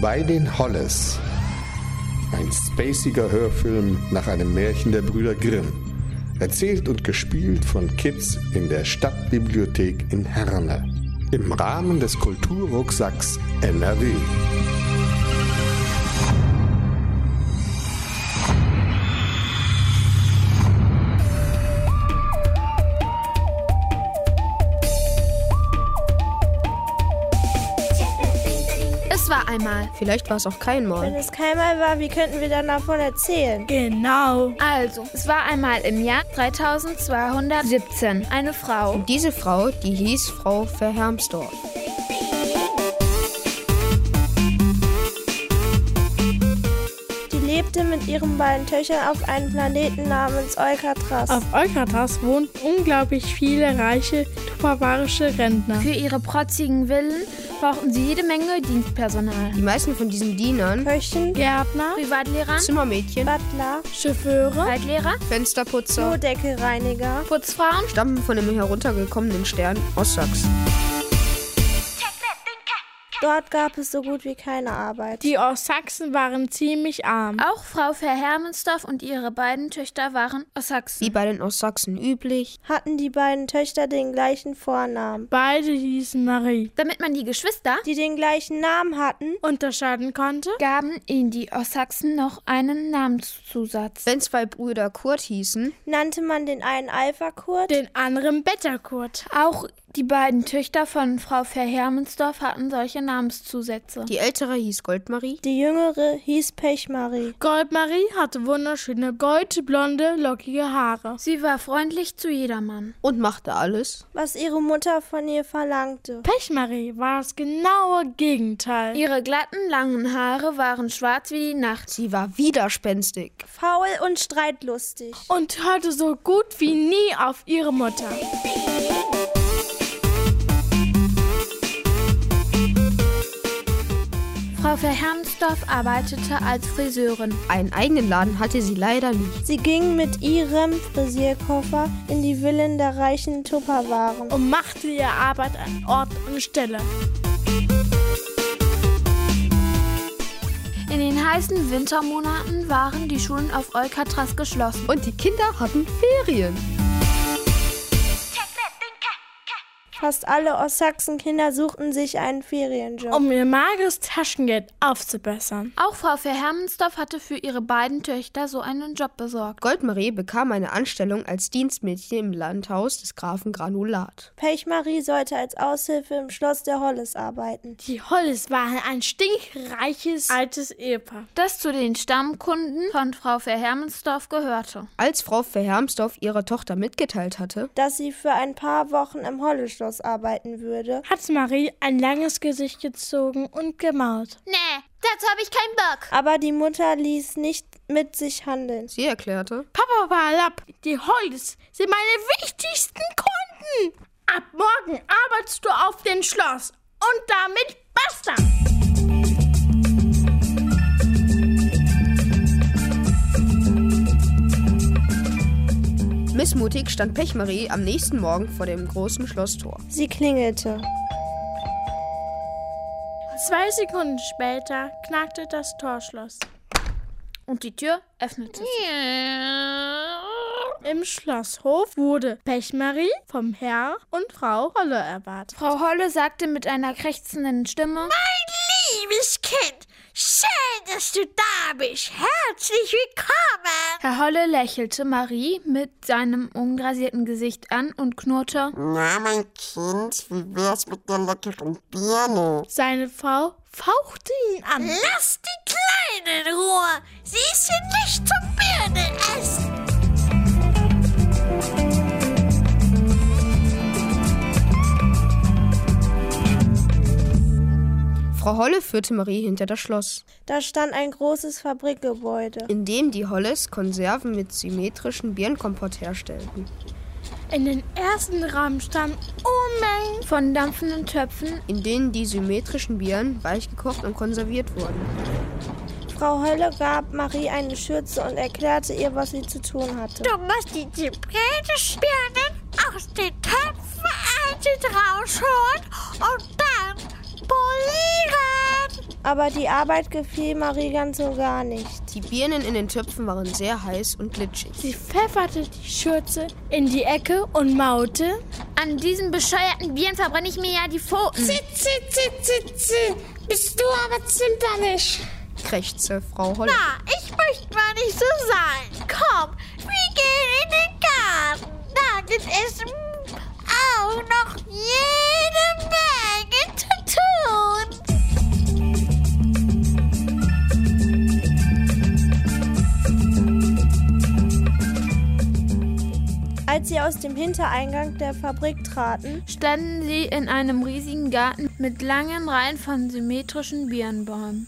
Bei den Holles. Ein spaciger Hörfilm nach einem Märchen der Brüder Grimm. Erzählt und gespielt von Kids in der Stadtbibliothek in Herne. Im Rahmen des Kulturrucksacks NRW. Es war einmal. Vielleicht war es auch kein Wenn Mal. es keinmal war, wie könnten wir dann davon erzählen? Genau. Also, es war einmal im Jahr 3217 eine Frau. Und diese Frau, die hieß Frau Verhermsdorf. Die lebte mit ihren beiden Töchtern auf einem Planeten namens Alcatraz. Auf Eukatas wohnen unglaublich viele reiche, tupperwarische Rentner. Für ihre protzigen Villen brauchten sie jede Menge Dienstpersonal. Die meisten von diesen Dienern, Köchen, Gärtner, Privatlehrer, Zimmermädchen, Butler, Chauffeure, Zeitlehrer, Fensterputzer, Klodeckelreiniger. Putzfrauen, stammen von dem heruntergekommenen Stern Ostsachsen. Dort gab es so gut wie keine Arbeit. die aus Sachsen waren ziemlich arm. auch Frau Verhermensdorf und ihre beiden Töchter waren aus Wie Sachsen. bei den Ostsachsen üblich, Hatten die beiden Töchter den gleichen Vornamen. Beide hießen Marie. Damit man die Geschwister Die den gleichen Namen hatten, Unterscheiden konnte? gaben ihnen die Ostsachsen noch einen Namenszusatz. wenn zwei Brüder Kurt hießen, nannte man den einen Alpha-Kurt, Den anderen Betterkurt. Auch die beiden Töchter von Frau Verhermensdorf hatten solche Namenszusätze. die ältere hieß Goldmarie, die jüngere hieß Pechmarie. Goldmarie hatte wunderschöne, goldblonde, lockige Haare. Sie war freundlich zu jedermann. und machte alles. Was ihre Mutter von ihr verlangte. Pechmarie war das genaue Gegenteil. Ihre glatten, langen Haare waren schwarz wie die Nacht. Sie war widerspenstig. Faul und streitlustig. Und hörte so gut wie nie auf ihre Mutter. Frau Verhermsdorf arbeitete als Friseurin. Einen eigenen Laden hatte sie leider nicht. Sie ging mit ihrem Frisierkoffer in die Villen der reichen Tupperwaren. und machte ihr Arbeit an Ort und Stelle. In den heißen Wintermonaten waren die Schulen auf Alcatraz geschlossen. Und die Kinder hatten Ferien. Fast alle Ostsachsen-Kinder suchten sich einen Ferienjob. Um ihr mageres Taschengeld aufzubessern. Auch Frau Verhermensdorf hatte für ihre beiden Töchter so einen Job besorgt. Goldmarie bekam eine Anstellung als Dienstmädchen im Landhaus des Grafen Granulat. Pechmarie sollte als Aushilfe im Schloss der Holles arbeiten. Die Hollis waren ein stinkreiches altes Ehepaar. Das zu den Stammkunden von Frau Verhermensdorf gehörte. Als Frau Verhermsdorf ihrer Tochter mitgeteilt hatte, Dass sie für ein paar Wochen im Holleschloss arbeiten würde, Hat Marie ein langes Gesicht gezogen und gemault. Nee, dazu habe ich keinen Bock. aber die Mutter ließ nicht mit sich handeln. sie erklärte, Papa war ab. Die Hollis sind meine wichtigsten Kunden. Ab morgen arbeitest du auf dem Schloss. Und damit basta. missmutig stand Pechmarie am nächsten Morgen vor dem großen Schlosstor. Sie klingelte. Zwei Sekunden später knackte das Torschloss. Und die Tür öffnete sich. Im Schlosshof wurde Pechmarie vom Herr und Frau Holle erwartet. Frau Holle sagte mit einer krächzenden Stimme: Liebes Kind, schön, dass du da bist. Herzlich willkommen. Herr Holle lächelte Marie mit seinem ungrasierten Gesicht an und knurrte: Na, mein Kind, wie wär's mit der leckeren Birne? Seine Frau fauchte ihn an. Lass die Kleine in Ruhe. Sie ist hier nicht zum Birne essen. Frau Holle führte Marie hinter das Schloss, Da stand ein großes Fabrikgebäude. in dem die Holles Konserven mit symmetrischen Birnenkompott herstellten. In den ersten Raum standen Unmengen. Von dampfenden Töpfen in denen die symmetrischen Bieren weich gekocht und konserviert wurden. Frau Holle gab Marie eine Schürze und erklärte ihr, was sie zu tun hatte. Du musst die zerbrennten Birnen aus den Töpfen einzeln rausholen und dann polieren. aber die Arbeit gefiel Marie ganz so gar nicht. Die Birnen in den Töpfen waren sehr heiß und glitschig. Sie pfefferte die Schürze in die Ecke und maute. An diesen bescheuerten Bieren verbrenne ich mir ja die Pfoten. Bist du aber zimperlich. krächzte Frau Holle. Na, ich möchte mal nicht so sein. Komm, wir gehen in den Garten. Da gibt es mm, auch noch jede Menge zu tun. Als sie aus dem Hintereingang der Fabrik traten, Standen sie in einem riesigen Garten mit langen Reihen von symmetrischen Birnbäumen.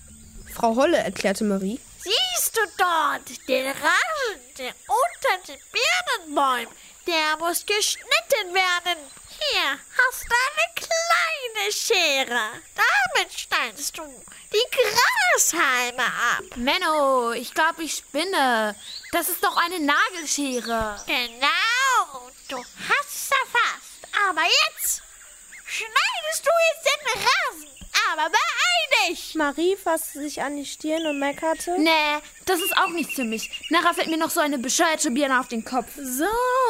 Frau Holle, erklärte Marie, Siehst du dort den Rasen, der unter den Birnenbäumen? Der muss geschnitten werden. Hier hast du eine kleine Schere. Damit steinst du die Grashalme ab. Menno, ich glaube, ich spinne. Das ist doch eine Nagelschere. Genau, du hast erfasst. Aber jetzt schneidest du jetzt den Rasen. Aber beeil dich. Marie fasste sich an die Stirn und meckerte. Nee, das ist auch nichts für mich. Nachher fällt mir noch so eine bescheuerte Birne auf den Kopf. So,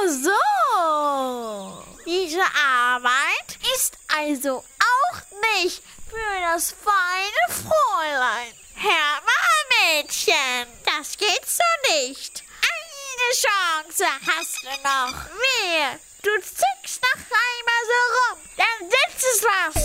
so. Diese Arbeit ist also auch nicht für das feine Fräulein. Hör mal, Mädchen, das geht so nicht. Eine Chance hast du noch. Wehe, du zickst noch einmal so rum, dann sitzt es was.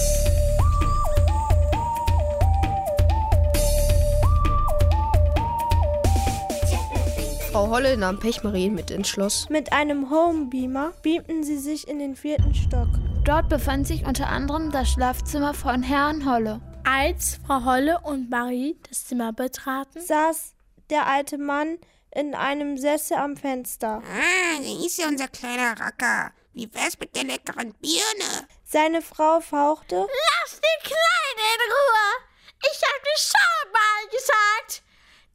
Frau Holle nahm Pechmarien mit ins Schloss. Mit einem Homebeamer beamten sie sich in den vierten Stock. Dort befand sich unter anderem das Schlafzimmer von Herrn Holle. Als Frau Holle und Marie das Zimmer betraten, Saß der alte Mann in einem Sessel am Fenster. Ah, hier ist ja unser kleiner Racker. Wie wär's mit der leckeren Birne? Seine Frau fauchte. Lass die Kleine in Ruhe. Ich habe dir schon mal gesagt,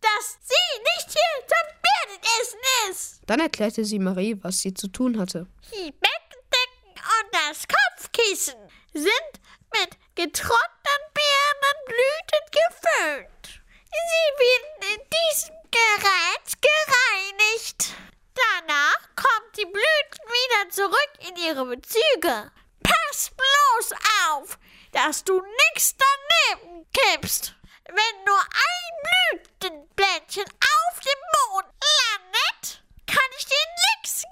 dass sie nicht hier zum Birnenessen ist. Dann erklärte sie Marie, was sie zu tun hatte. Die Beckendecken und das Kopfkissen sind mit getrockneten Birnenblüten gefüllt. Sie werden in diesem Gerät gereinigt. Danach kommt die Blüten wieder zurück in ihre Bezüge. Pass bloß auf, dass du nichts daneben kippst. Wenn nur ein Blütenblättchen auf dem Boden landet, kann ich dir nichts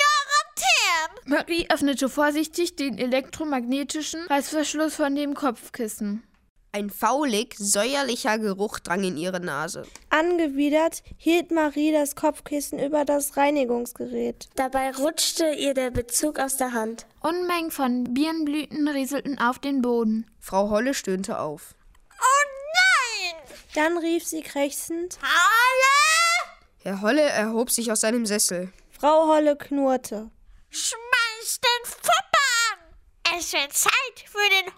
garantieren. Marie öffnete vorsichtig den elektromagnetischen Reißverschluss von dem Kopfkissen. Ein faulig, säuerlicher Geruch drang in ihre Nase. Angewidert hielt Marie das Kopfkissen über das Reinigungsgerät. Dabei rutschte ihr der Bezug aus der Hand. Unmengen von Birnenblüten rieselten auf den Boden. Frau Holle stöhnte auf. Oh nein! Dann rief sie krächzend. Alle! Herr Holle erhob sich aus seinem Sessel. Frau Holle knurrte. Schmeiß den Fuppe an! Es wird Zeit für den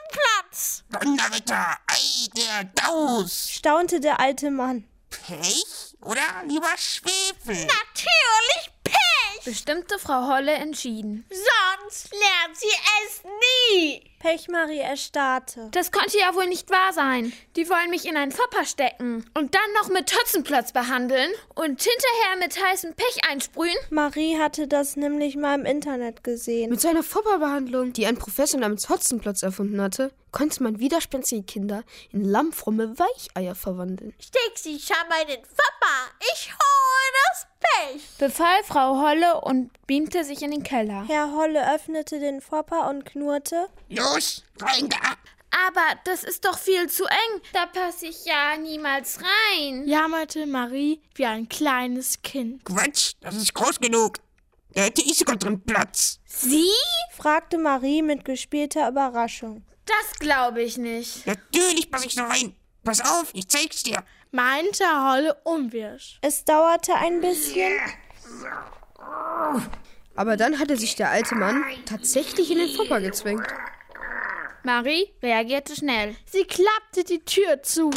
Hotzenplatz! Donnerwetter, ei, der Daus. Staunte der alte Mann. Pech oder lieber Schwefel? Natürlich Pech! Bestimmte Frau Holle entschieden. Sonst lernt sie es nie! Pechmarie erstarrte. Das konnte ja wohl nicht wahr sein. Die wollen mich in einen Fopper stecken und dann noch mit Totzenplatz behandeln und hinterher mit heißem Pech einsprühen. Marie hatte das nämlich mal im Internet gesehen. Mit seiner Fopperbehandlung, die ein Professor namens Hotzenplotz erfunden hatte, konnte man widerspenstige Kinder in lammfromme Weicheier verwandeln. Steck sie schon mal in den Fuppe! Ich hole das Pech! Befahl Frau Holle und beamte sich in den Keller. Herr Holle öffnete den Fopper und knurrte. Los, rein da. Aber das ist doch viel zu eng. Da passe ich ja niemals rein. jammerte Marie wie ein kleines Kind. Quatsch, das ist groß genug. Da hätte ich sogar drin Platz. Sie? fragte Marie mit gespielter Überraschung. Das glaube ich nicht. Natürlich pass ich da rein. Pass auf, ich zeig's dir. Meinte Holle unwirsch. Es dauerte ein bisschen, Aber dann hatte sich der alte Mann tatsächlich in den Fopper gezwängt. Marie reagierte schnell. Sie klappte die Tür zu.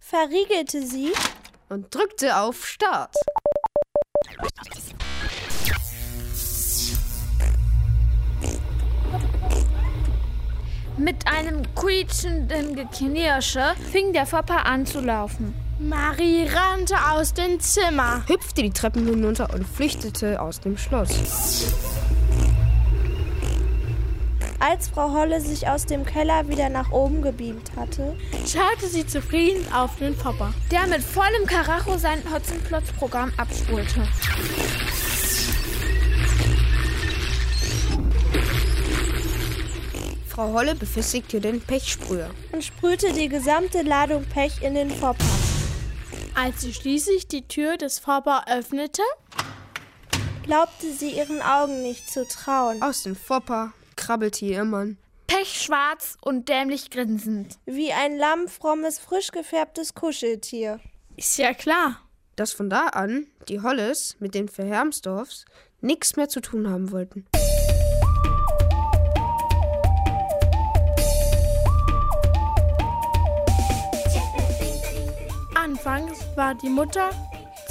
verriegelte sie, und drückte auf Start. Mit einem quietschenden Geknirsche fing der Papa an zu laufen. Marie rannte aus dem Zimmer. hüpfte die Treppen hinunter und flüchtete aus dem Schloss. Als Frau Holle sich aus dem Keller wieder nach oben gebeamt hatte, Schaute sie zufrieden auf den Papa. der mit vollem Karacho sein Hotzenplotz-Programm abspulte. Frau Holle befestigte den Pechsprüher. und sprühte die gesamte Ladung Pech in den Vorpart. Als sie schließlich die Tür des Papa öffnete, Glaubte sie ihren Augen nicht zu trauen, Aus dem Fopper krabbelte ihr Mann. Pechschwarz und dämlich grinsend. wie ein lamm frommes, frisch gefärbtes Kuscheltier. ist ja klar. Dass von da an die Holles mit den Verhermsdorfs nichts mehr zu tun haben wollten. Anfangs war die Mutter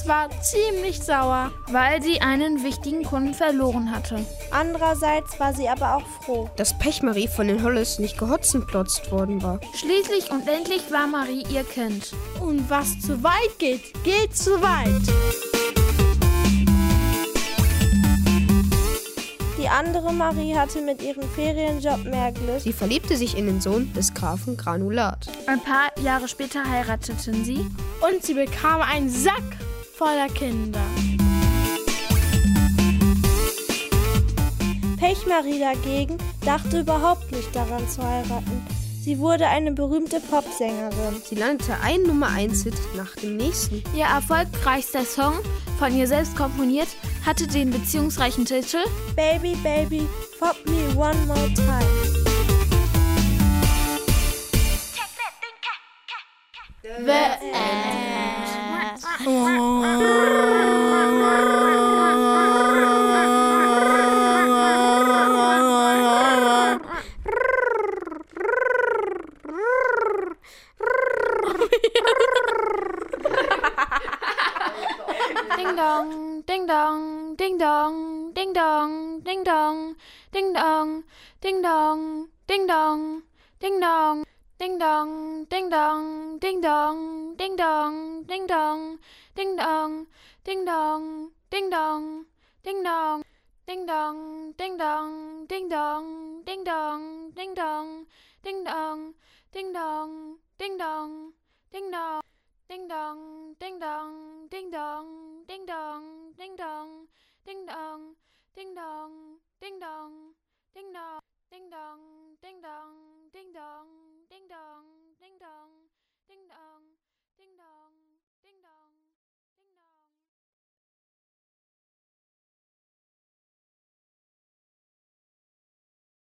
zwar ziemlich sauer, Weil sie einen wichtigen Kunden verloren hatte. Andererseits war sie aber auch froh. Dass Pechmarie von den Holles nicht gehotzenplotzt worden war. Schließlich und endlich war Marie ihr Kind. und was zu weit geht, geht zu weit. Die andere Marie hatte mit ihrem Ferienjob mehr Glück. Sie verliebte sich in den Sohn des Grafen Granulat. Ein paar Jahre später heirateten sie. Und sie bekam einen Sack voller Kinder. Pechmarie dagegen dachte überhaupt nicht daran zu heiraten. Sie wurde eine berühmte Popsängerin. Sie landete ein Nummer 1 Hit nach dem nächsten. Ihr erfolgreichster Song, von ihr selbst komponiert, hatte den beziehungsreichen Titel Baby, baby, pop me one more time. Ding Dong, Ding Dong, Ding Dong, Ding Dong, Ding Dong, Ding Dong, Ding Dong, Ding Dong, Ding Dong, Ding Dong, Ding Dong, Ding Dong, Ding Dong, Ding Dong, Ding Dong, Ding Dong, Ding Dong, Ding Dong, Ding Dong, Ding Dong, Ding Dong, Ding Dong, Ding Dong, Ding Dong, Ding Dong, Ding Dong, Ding Dong. Ding dong, ding dong, ding dong, ding dong, ding dong, ding dong, ding dong, ding dong, ding dong, ding dong, ding dong, ding